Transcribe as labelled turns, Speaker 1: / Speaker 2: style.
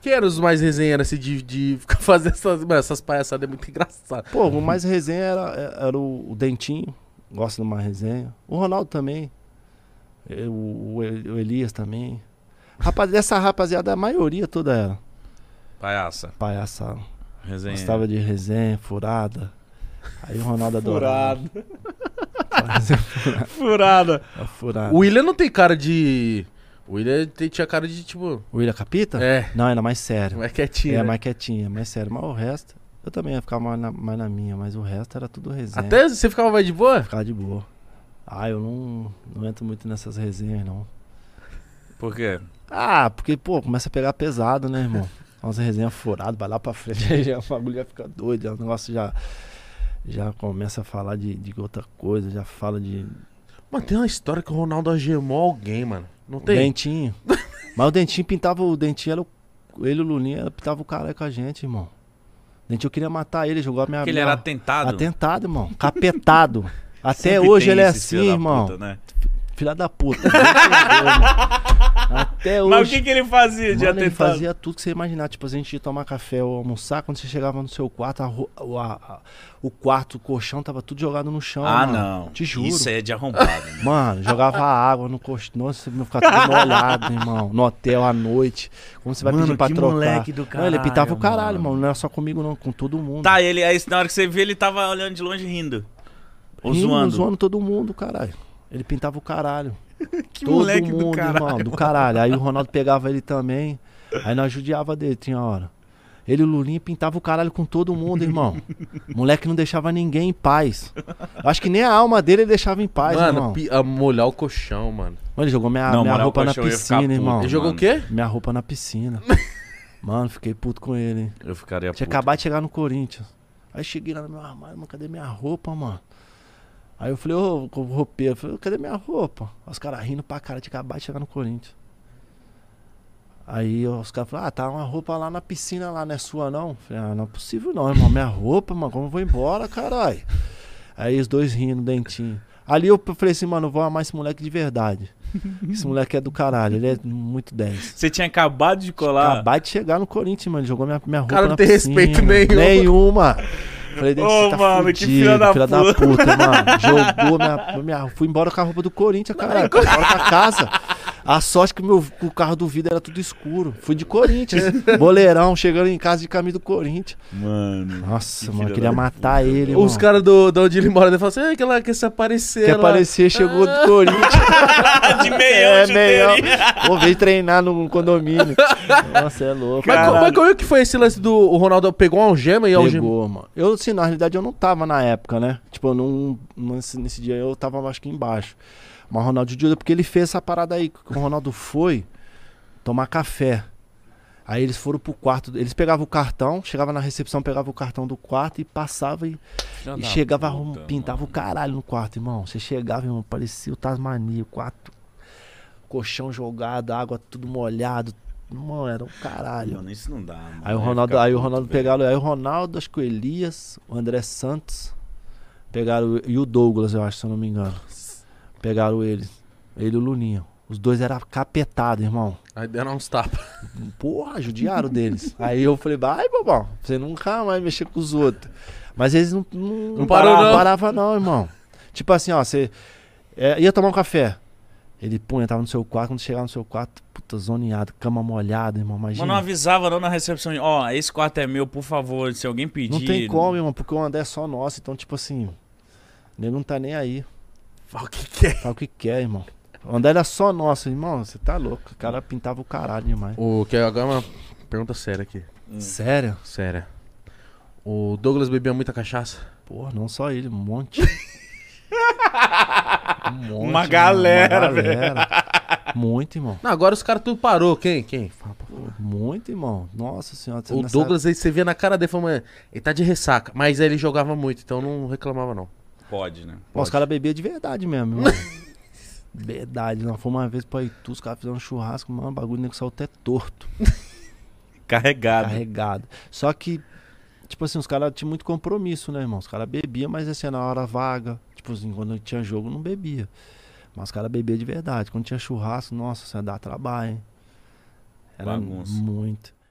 Speaker 1: Queiros mais resenha era assim, de, de ficar fazendo essas, mano, essas palhaçadas, é muito engraçado.
Speaker 2: Pô, o mais resenha era, é, era o, o Dentinho, gosta de uma resenha. O Ronaldo também. Eu- o, El- o Elias também. Rapaz, dessa rapaziada, a maioria toda era
Speaker 3: Palhaça.
Speaker 2: palhaçada.
Speaker 1: é.
Speaker 3: Resenha.
Speaker 2: Gostava de resenha, furada. Aí o Ronaldo adorava.
Speaker 3: Furado.
Speaker 1: Furada.
Speaker 2: A Furada.
Speaker 1: O William não tem cara de. O William tem- tinha cara de tipo.
Speaker 2: O William Capita?
Speaker 1: É,
Speaker 2: Não, era mais sério.
Speaker 1: mais quietinho.
Speaker 2: Tá. É,
Speaker 1: né?
Speaker 2: mais quietinha, mais sério. Mas o resto, eu também ia ficar mais na, mais na minha, mas o resto era tudo resenha.
Speaker 1: Até você ficava mais de boa?
Speaker 2: Ficar de boa. Ah, eu não, não entro muito nessas resenhas, não.
Speaker 3: Por quê?
Speaker 2: Ah, porque, pô, começa a pegar pesado, né, irmão? Umas resenhas furadas, vai lá pra frente, aí já, o bagulho já fica doido, aí o negócio já. Já começa a falar de, de outra coisa, já fala de.
Speaker 1: Mano, tem uma história que o Ronaldo agemou alguém, mano. Não tem?
Speaker 2: Dentinho. Mas o Dentinho pintava o Dentinho, era o, ele e o Lulinha era- pintava o cara com a gente, irmão. Dentinho queria matar ele, jogou a minha
Speaker 3: Porque ele
Speaker 2: minha-
Speaker 3: era atentado.
Speaker 2: Atentado, irmão. Capetado. Até
Speaker 3: Sempre
Speaker 2: hoje
Speaker 3: tem
Speaker 2: ele é
Speaker 3: esses
Speaker 2: assim,
Speaker 3: filha da
Speaker 2: irmão.
Speaker 3: puta, né?
Speaker 2: Filha da puta. Deus te perdoe, irmão. Até hoje.
Speaker 3: Mas o que, que ele fazia de
Speaker 2: Mano, ele
Speaker 3: atentado?
Speaker 2: fazia tudo que você imaginar. Tipo, a gente ia tomar café ou almoçar. Quando você chegava no seu quarto, a ro- o, a- a- o quarto, o colchão, tava tudo jogado no chão.
Speaker 3: Ah,
Speaker 2: mano.
Speaker 3: não.
Speaker 2: Te juro.
Speaker 3: Isso é de arrombado. né?
Speaker 2: Mano, jogava água no colchão. Nossa, meu, ficava tudo molhado, irmão. No hotel à noite. Como você vai
Speaker 3: Mano,
Speaker 2: pedir pra
Speaker 3: que
Speaker 2: trocar?
Speaker 3: moleque do
Speaker 2: não, ele pitava o
Speaker 3: caralho,
Speaker 2: caralho,
Speaker 3: mano.
Speaker 2: mano. Não era só comigo, não. Com todo mundo.
Speaker 3: tá, ele aí na hora que você vê, ele tava olhando de longe rindo. Ou
Speaker 2: Rindo,
Speaker 3: zoando.
Speaker 2: zoando todo mundo, caralho. Ele pintava o caralho.
Speaker 3: Que
Speaker 2: Todo mundo, irmão, do caralho. Aí o Ronaldo pegava ele também. Aí nós judiava dele, tinha hora. Ele e o Lulinha pintava o caralho com todo mundo, irmão. Moleque não deixava ninguém em paz. Acho que nem a alma dele ele deixava em paz, irmão.
Speaker 1: mano, pi- a molhar o colchão, mano.
Speaker 2: Mano, ele jogou minha,
Speaker 3: Não,
Speaker 2: minha
Speaker 3: moral,
Speaker 2: roupa na
Speaker 3: poxa, eu ia ficar
Speaker 2: piscina,
Speaker 3: puto.
Speaker 2: irmão.
Speaker 1: Ele jogou
Speaker 3: mano.
Speaker 1: o quê?
Speaker 2: Minha roupa na piscina. Mano, fiquei puto com ele, hein?
Speaker 3: Eu ficaria
Speaker 2: Tinha
Speaker 3: puto.
Speaker 2: acabado de chegar no Corinthians. Aí cheguei lá no meu armário, mano, cadê minha roupa, mano? Aí eu falei, ô, co- roupeiro, eu falei, cadê minha roupa? Aí Os caras rindo pra cara, tinha acabado de chegar no Corinthians. Aí os caras falaram, ah, tá uma roupa lá na piscina lá, não é sua não? Eu Falei, ah, não é possível não, irmão, minha roupa, mano, como eu vou embora, caralho? Aí os dois rindo, dentinho. Ali eu falei assim, mano, eu vou amar esse moleque de verdade. Esse moleque é do caralho, ele é muito 10.
Speaker 3: Você tinha acabado de colar.
Speaker 2: Acabar de chegar no Corinthians, mano. Ele jogou minha, minha roupa.
Speaker 1: Cara, não
Speaker 2: na
Speaker 1: tem
Speaker 2: piscina,
Speaker 1: respeito nenhum.
Speaker 2: Nenhuma. Falei, Dente,
Speaker 3: Ô,
Speaker 2: você tá
Speaker 3: mano, que
Speaker 2: fudido,
Speaker 3: filha da
Speaker 2: filha da puta, mano. Jogou minha, minha. Fui embora com a roupa do Corinthians, caralho. Fui embora pra casa. A sorte que o meu, o carro do vidro era tudo escuro. Fui de Corinthians. Boleirão, chegando em casa de caminho do Corinthians.
Speaker 3: Mano.
Speaker 2: Nossa,
Speaker 3: Que
Speaker 2: mano,
Speaker 3: filha
Speaker 2: queria
Speaker 3: da
Speaker 2: matar ele, mano.
Speaker 1: Os caras do, do onde ele mora, ele fala assim, "Ah, que ela quer se aparecer
Speaker 2: que
Speaker 1: lá."
Speaker 2: aparecer, chegou do Corinthians.
Speaker 3: de meião,
Speaker 2: é,
Speaker 3: chuteirinho.
Speaker 2: meião. Pô, veio treinar no condomínio. Nossa, é louco.
Speaker 1: Mas, co-
Speaker 3: Caralho.
Speaker 1: mas como é que foi esse lance do o Ronaldo? Pegou uma algema e a algema.
Speaker 2: Pegou, mano. Eu, assim, na realidade eu não tava na época, né? Tipo, eu não. Nesse, nesse dia eu tava, acho que embaixo. Mas o Ronaldo Judas, porque ele fez essa parada aí. que O Ronaldo foi tomar café. Aí eles foram pro quarto. Eles pegavam o cartão, chegava na recepção, pegava o cartão do quarto e passava e, e chegava, arrum- pintava o caralho no quarto, irmão. Você chegava, irmão, parecia o Tasmania, o quarto. Colchão jogado, água tudo molhado. Mano, era um caralho.
Speaker 3: Mano, isso não dá, mano.
Speaker 2: Aí
Speaker 3: Eu
Speaker 2: o
Speaker 3: ia
Speaker 2: Ronaldo,
Speaker 3: ficar
Speaker 2: aí o
Speaker 3: puto,
Speaker 2: Ronaldo
Speaker 3: velho.
Speaker 2: pegaram, aí o Ronaldo, acho que o Elias, o André Santos, pegaram e o Douglas, eu acho, se eu não me engano. Pegaram eles. Ele e o Luninho. Os dois eram capetados, irmão.
Speaker 1: Aí deram uns tapas.
Speaker 2: Porra, judiaram deles. Aí eu falei, vai, bobão, você nunca mais mexer com os outros. Mas eles não, não,
Speaker 1: Não parou,
Speaker 2: paravam,
Speaker 1: não.
Speaker 2: paravam, não, irmão. Tipo assim, ó, você é, ia tomar um café. Ele, punha, tava no seu quarto, quando chegava no seu quarto, puta, zoneado, cama molhada, irmão, imagina.
Speaker 3: Mas não avisava não na recepção. Ó, esse quarto é meu, por favor, se alguém pedir.
Speaker 2: Não tem como, irmão, porque o André é só nosso, então, tipo assim, ele não tá nem aí.
Speaker 1: Fala o que que é.
Speaker 2: Fala o que quer, irmão. O André era só nosso, irmão, você tá louco. O cara pintava o caralho demais.
Speaker 1: O que agora é uma pergunta séria aqui.
Speaker 3: Hum.
Speaker 2: Sério?
Speaker 1: Séria. O Douglas bebia muita cachaça.
Speaker 2: Porra, não só ele, um monte. Um monte,
Speaker 3: Uma galera,
Speaker 2: galera. Muito, irmão.
Speaker 1: Não, agora os caras tudo parou. Quem? Quem? Fala pra-
Speaker 2: Muito, irmão. Nossa senhora. você
Speaker 1: O
Speaker 2: nessa-
Speaker 1: Douglas, aí você via na cara dele, falando, ele tá de ressaca. Mas ele jogava muito, então não reclamava não.
Speaker 3: Pode, né?
Speaker 2: Pô, os caras bebiam de verdade mesmo, irmão. Verdade, não. Foi uma vez pra Itu, os caras fizeram um churrasco, mano, o bagulho, o nego saiu até torto.
Speaker 3: Carregado.
Speaker 2: carregado. Só que, tipo assim, os caras tinham muito compromisso, né, irmão? Os caras bebiam, mas assim, na hora vaga. Tipo assim, quando tinha jogo, não bebia. Mas os caras bebiam de verdade. Quando tinha churrasco, nossa, você dá trabalho, hein? Era
Speaker 3: Bagunça.
Speaker 2: muito.